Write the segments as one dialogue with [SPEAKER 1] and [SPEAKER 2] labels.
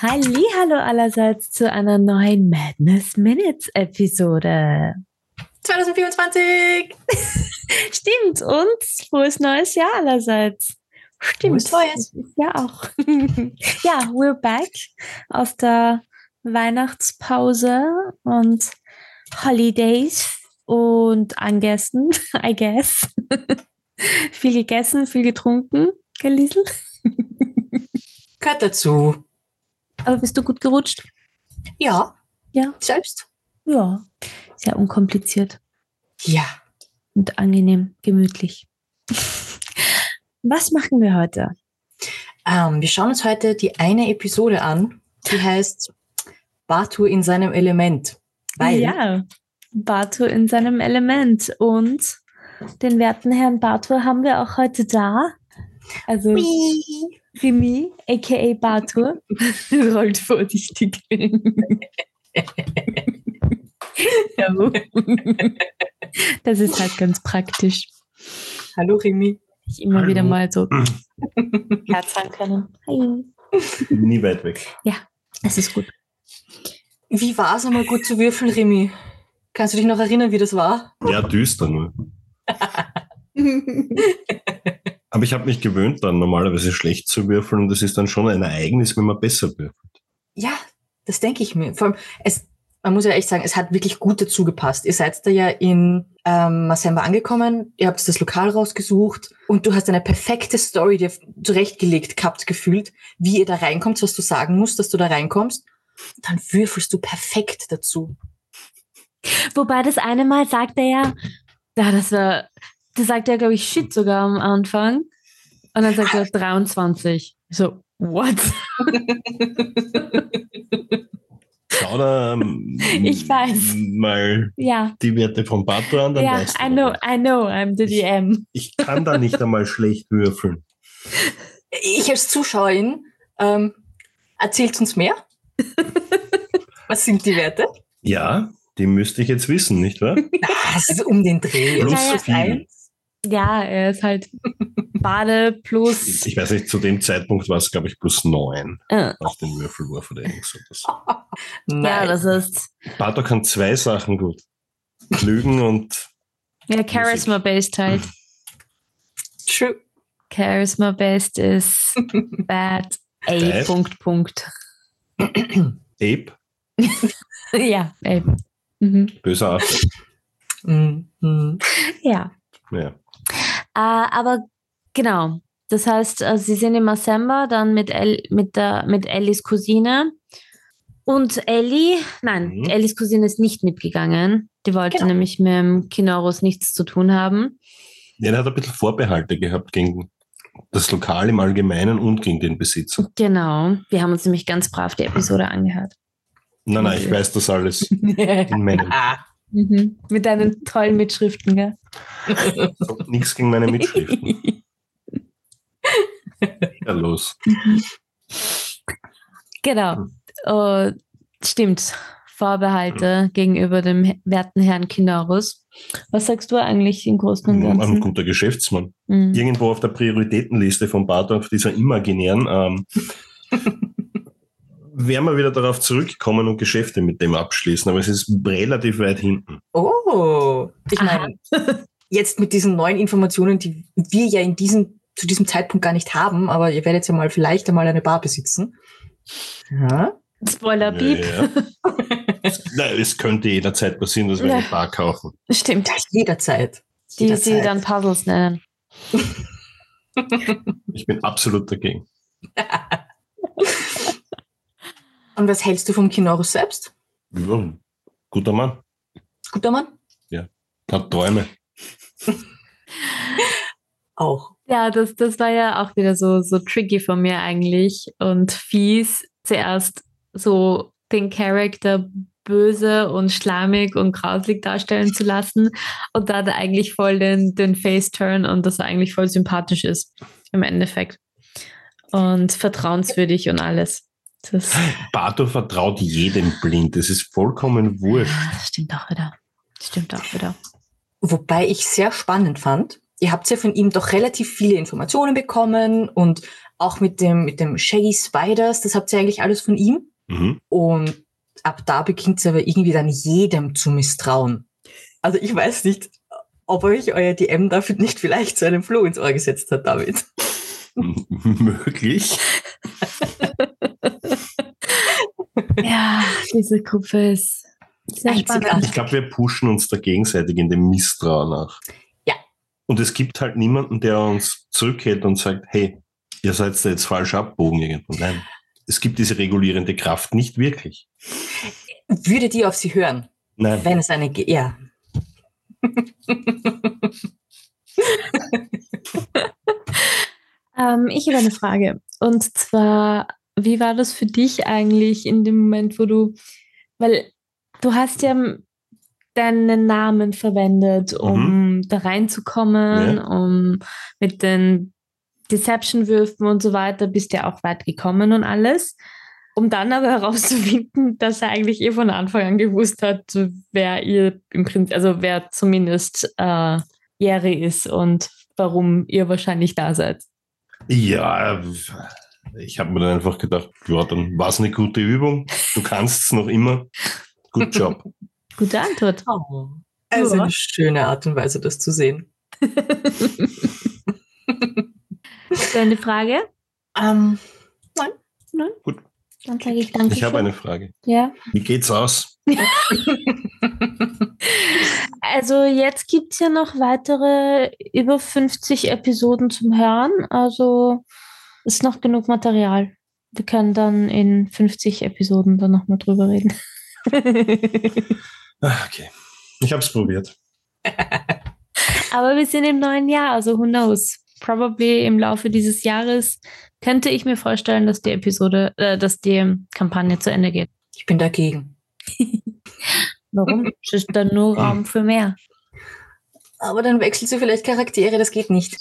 [SPEAKER 1] Hallo allerseits zu einer neuen Madness Minutes Episode.
[SPEAKER 2] 2024!
[SPEAKER 1] Stimmt, und frohes neues Jahr allerseits. Stimmt.
[SPEAKER 2] Frohes neues.
[SPEAKER 1] Ja, auch. ja, we're back aus der Weihnachtspause und Holidays und Angessen, I guess. viel gegessen, viel getrunken, Gelisel.
[SPEAKER 2] Gehört dazu.
[SPEAKER 1] Aber bist du gut gerutscht?
[SPEAKER 2] Ja.
[SPEAKER 1] Ja.
[SPEAKER 2] Selbst?
[SPEAKER 1] Ja. Sehr unkompliziert.
[SPEAKER 2] Ja.
[SPEAKER 1] und angenehm, gemütlich. Was machen wir heute?
[SPEAKER 2] Ähm, wir schauen uns heute die eine Episode an, die heißt Batu in seinem Element. Weil
[SPEAKER 1] Ja, Bartur in seinem Element und den werten Herrn Bartur haben wir auch heute da. Also
[SPEAKER 2] Hui.
[SPEAKER 1] Remy, aka Bartur, rollt vorsichtig. Jawohl. das ist halt ganz praktisch.
[SPEAKER 2] Hallo Rimi.
[SPEAKER 1] Ich immer
[SPEAKER 3] Hallo.
[SPEAKER 1] wieder mal so Herz haben können. Hi.
[SPEAKER 3] Ich bin nie weit weg.
[SPEAKER 1] Es ist gut.
[SPEAKER 2] Wie war es einmal gut zu würfeln, Rimi? Kannst du dich noch erinnern, wie das war?
[SPEAKER 3] Ja, düster nur. Aber ich habe mich gewöhnt, dann normalerweise schlecht zu würfeln und das ist dann schon ein Ereignis, wenn man besser würfelt.
[SPEAKER 2] Ja, das denke ich mir. Vor allem, es, man muss ja echt sagen, es hat wirklich gut dazu gepasst. Ihr seid da ja in ähm, Massemba angekommen, ihr habt das Lokal rausgesucht und du hast eine perfekte Story dir zurechtgelegt gehabt, gefühlt, wie ihr da reinkommt, was du sagen musst, dass du da reinkommst. Dann würfelst du perfekt dazu.
[SPEAKER 1] Wobei das eine Mal sagt er ja, ja das war, das sagt er, glaube ich, Shit sogar am Anfang. Und dann sagt er
[SPEAKER 3] Ah.
[SPEAKER 1] 23. Ich So, what?
[SPEAKER 3] Schau da ähm,
[SPEAKER 1] Ich weiß.
[SPEAKER 3] mal
[SPEAKER 1] Ja,
[SPEAKER 3] die Werte von Bato an, dann
[SPEAKER 1] ja,
[SPEAKER 3] weißt du.
[SPEAKER 1] I know, I know, I'm the DM.
[SPEAKER 3] Ich kann da nicht einmal schlecht würfeln.
[SPEAKER 2] Ich als Zuschauerin, ähm, erzählt uns mehr. was sind die Werte?
[SPEAKER 3] Ja, die müsste ich jetzt wissen, nicht wahr?
[SPEAKER 2] Na, es ist um den Dreh.
[SPEAKER 3] Plus
[SPEAKER 1] Naja,
[SPEAKER 3] viel.
[SPEAKER 2] eins.
[SPEAKER 1] Ja, er ist halt Bade plus.
[SPEAKER 3] Ich weiß nicht, zu dem Zeitpunkt war es, glaube ich, plus neun
[SPEAKER 1] Äh,
[SPEAKER 3] auf den Würfelwurf oder irgend sowas.
[SPEAKER 2] Nein.
[SPEAKER 1] ja, das ist
[SPEAKER 3] Bato kann zwei Sachen gut. Lügen und
[SPEAKER 1] ja, Charisma-based halt.
[SPEAKER 2] True.
[SPEAKER 1] Charisma-based ist bad. A.
[SPEAKER 3] Bad?
[SPEAKER 1] Punkt, Punkt.
[SPEAKER 3] Ape,
[SPEAKER 1] ja, A. Mhm.
[SPEAKER 3] böser Affe.
[SPEAKER 2] Mm, mm.
[SPEAKER 1] Ja.
[SPEAKER 3] Ja.
[SPEAKER 1] Äh, aber genau, das heißt, äh, sie sind im Assembler dann mit, El mit, der, mit Ellis Cousine. Und Ellie, nein,
[SPEAKER 3] Mhm.
[SPEAKER 1] Ellis Cousine ist nicht mitgegangen. Die wollte
[SPEAKER 2] Genau.
[SPEAKER 1] nämlich mit dem Kinoros nichts zu tun haben.
[SPEAKER 3] Ja, der hat ein bisschen Vorbehalte gehabt gegen das Lokal im Allgemeinen und gegen den Besitzer.
[SPEAKER 1] Genau. Wir haben uns nämlich ganz brav die Episode angehört.
[SPEAKER 3] Nein, nein, ich
[SPEAKER 1] Okay.
[SPEAKER 3] weiß das alles in meinem.
[SPEAKER 2] Ah.
[SPEAKER 1] Mhm. Mit deinen tollen Mitschriften, gell?
[SPEAKER 3] Nichts gegen meine Mitschriften. Ja, los.
[SPEAKER 1] Mhm. Genau. Äh, stimmt. Vorbehalte gegenüber dem he- werten Herrn Kinaros. Was sagst du eigentlich im Großen und
[SPEAKER 3] Ein
[SPEAKER 1] Ganzen?
[SPEAKER 3] guter Geschäftsmann.
[SPEAKER 1] Mhm.
[SPEAKER 3] Irgendwo auf der Prioritätenliste von Bartorf, dieser imaginären, ähm, werden wir wieder darauf zurückkommen und Geschäfte mit dem abschließen. Aber es ist relativ weit hinten.
[SPEAKER 2] Oh, ich
[SPEAKER 1] Aha.
[SPEAKER 2] meine, jetzt mit diesen neuen Informationen, die wir ja in diesem, zu diesem Zeitpunkt gar nicht haben, aber ihr werdet ja mal vielleicht einmal eine Bar besitzen. Ja.
[SPEAKER 1] Spoiler Beep.
[SPEAKER 3] Ja, ja. Nein, es könnte jederzeit passieren, dass wir eine
[SPEAKER 1] Ja.
[SPEAKER 3] Bar kaufen.
[SPEAKER 1] Stimmt.
[SPEAKER 2] Jederzeit.
[SPEAKER 1] Die
[SPEAKER 2] Jederzeit.
[SPEAKER 1] sie dann Puzzles nennen.
[SPEAKER 3] Ich bin absolut dagegen.
[SPEAKER 2] Und was hältst du vom Kinorus selbst?
[SPEAKER 3] Ja, guter Mann.
[SPEAKER 2] Guter Mann?
[SPEAKER 3] Hat Träume.
[SPEAKER 2] Auch.
[SPEAKER 1] Ja, das, das war ja auch wieder so, so tricky von mir eigentlich und fies. Zuerst so den Charakter böse und schlammig und grauslig darstellen zu lassen und dann eigentlich voll den, den Face-Turn und dass er eigentlich voll sympathisch ist im Endeffekt. Und vertrauenswürdig und alles. Das
[SPEAKER 3] Bato vertraut jedem blind. Das ist vollkommen wurscht.
[SPEAKER 1] ah, stimmt auch wieder. Stimmt auch wieder.
[SPEAKER 2] Wobei ich sehr spannend fand, ihr habt ja von ihm doch relativ viele Informationen bekommen und Auch mit dem, mit dem Shaggy Spiders, das habt ihr eigentlich alles von ihm.
[SPEAKER 3] Mhm.
[SPEAKER 2] Und ab da beginnt es aber irgendwie dann jedem zu misstrauen. Also ich weiß nicht, ob euch euer DM dafür nicht vielleicht zu einem Floh ins Ohr gesetzt hat, David.
[SPEAKER 3] M- Möglich.
[SPEAKER 1] Ja, diese Gruppe ist sehr
[SPEAKER 2] Einzigartig.
[SPEAKER 1] spannend.
[SPEAKER 3] Ich glaube, wir pushen uns da gegenseitig in dem Misstrauen nach.
[SPEAKER 2] Ja.
[SPEAKER 3] Und es gibt halt niemanden, der uns zurückhält und sagt, hey, ihr seid da jetzt falsch abbogen irgendwo. Nein. Es gibt diese regulierende Kraft nicht wirklich.
[SPEAKER 2] Würde die auf sie hören,
[SPEAKER 3] Nein.
[SPEAKER 2] wenn es eine... Ge ja.
[SPEAKER 1] Ähm, ich habe eine Frage. Und zwar, wie war das für dich eigentlich in dem Moment, wo du, weil du hast ja m- deinen Namen verwendet, um da reinzukommen,
[SPEAKER 3] Ja.
[SPEAKER 1] um mit den Deception-Würfen und so weiter, bist ja auch weit gekommen und alles. Um dann aber herauszufinden, dass er eigentlich eh von Anfang an gewusst hat, wer ihr im Prinzip, also wer zumindest äh, Jerry ist und warum ihr wahrscheinlich da seid.
[SPEAKER 3] Ja, ich habe mir dann einfach gedacht, ja, dann war es eine gute Übung. Du kannst es noch immer. Good job.
[SPEAKER 1] Gute Antwort.
[SPEAKER 2] Oh. Also
[SPEAKER 1] Ja.
[SPEAKER 2] eine schöne Art und Weise, das zu sehen.
[SPEAKER 1] Deine Frage?
[SPEAKER 2] Ähm, nein.
[SPEAKER 1] Dann sage ich danke.
[SPEAKER 3] Ich habe eine Frage.
[SPEAKER 1] Ja.
[SPEAKER 3] Wie geht's aus?
[SPEAKER 1] Also jetzt gibt es ja noch weitere über 50 Episoden zum Hören. Also ist noch genug Material. Wir können dann in 50 Episoden dann nochmal drüber reden.
[SPEAKER 3] Ah, okay. Ich habe es probiert.
[SPEAKER 1] Aber wir sind im neuen Jahr, also who knows? Probably im Laufe dieses Jahres könnte ich mir vorstellen, dass die Episode, äh, dass die Kampagne zu Ende geht.
[SPEAKER 2] Ich bin dagegen.
[SPEAKER 1] Warum? Es ist dann nur Raum für mehr.
[SPEAKER 2] Aber dann wechselst du vielleicht Charaktere, das geht nicht.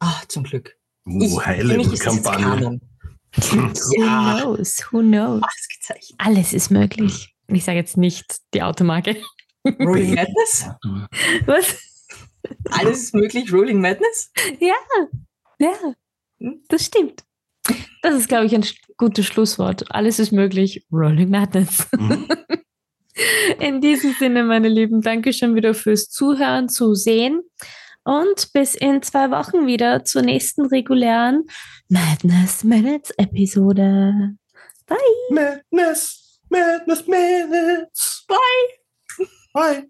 [SPEAKER 2] Ah, zum Glück.
[SPEAKER 3] Uh, heile
[SPEAKER 2] für mich ist das jetzt
[SPEAKER 3] Kampagne.
[SPEAKER 2] Kanon. ja,
[SPEAKER 1] Who knows? Who knows?
[SPEAKER 2] ausgezeichnet.
[SPEAKER 1] Alles ist möglich. Hm. Ich sage jetzt nicht die Automarke.
[SPEAKER 2] Rolling Madness?
[SPEAKER 1] Was?
[SPEAKER 2] Alles ist möglich, Rolling Madness?
[SPEAKER 1] Ja, das stimmt. Das ist, glaube ich, ein sch- gutes Schlusswort. Alles ist möglich. Rolling Madness.
[SPEAKER 3] Mhm.
[SPEAKER 1] In diesem Sinne, meine Lieben, danke schon wieder fürs Zuhören, Zusehen. Und bis in zwei Wochen wieder zur nächsten regulären Madness Minutes Episode.
[SPEAKER 3] Madness, madness, madness. Bye. Bye.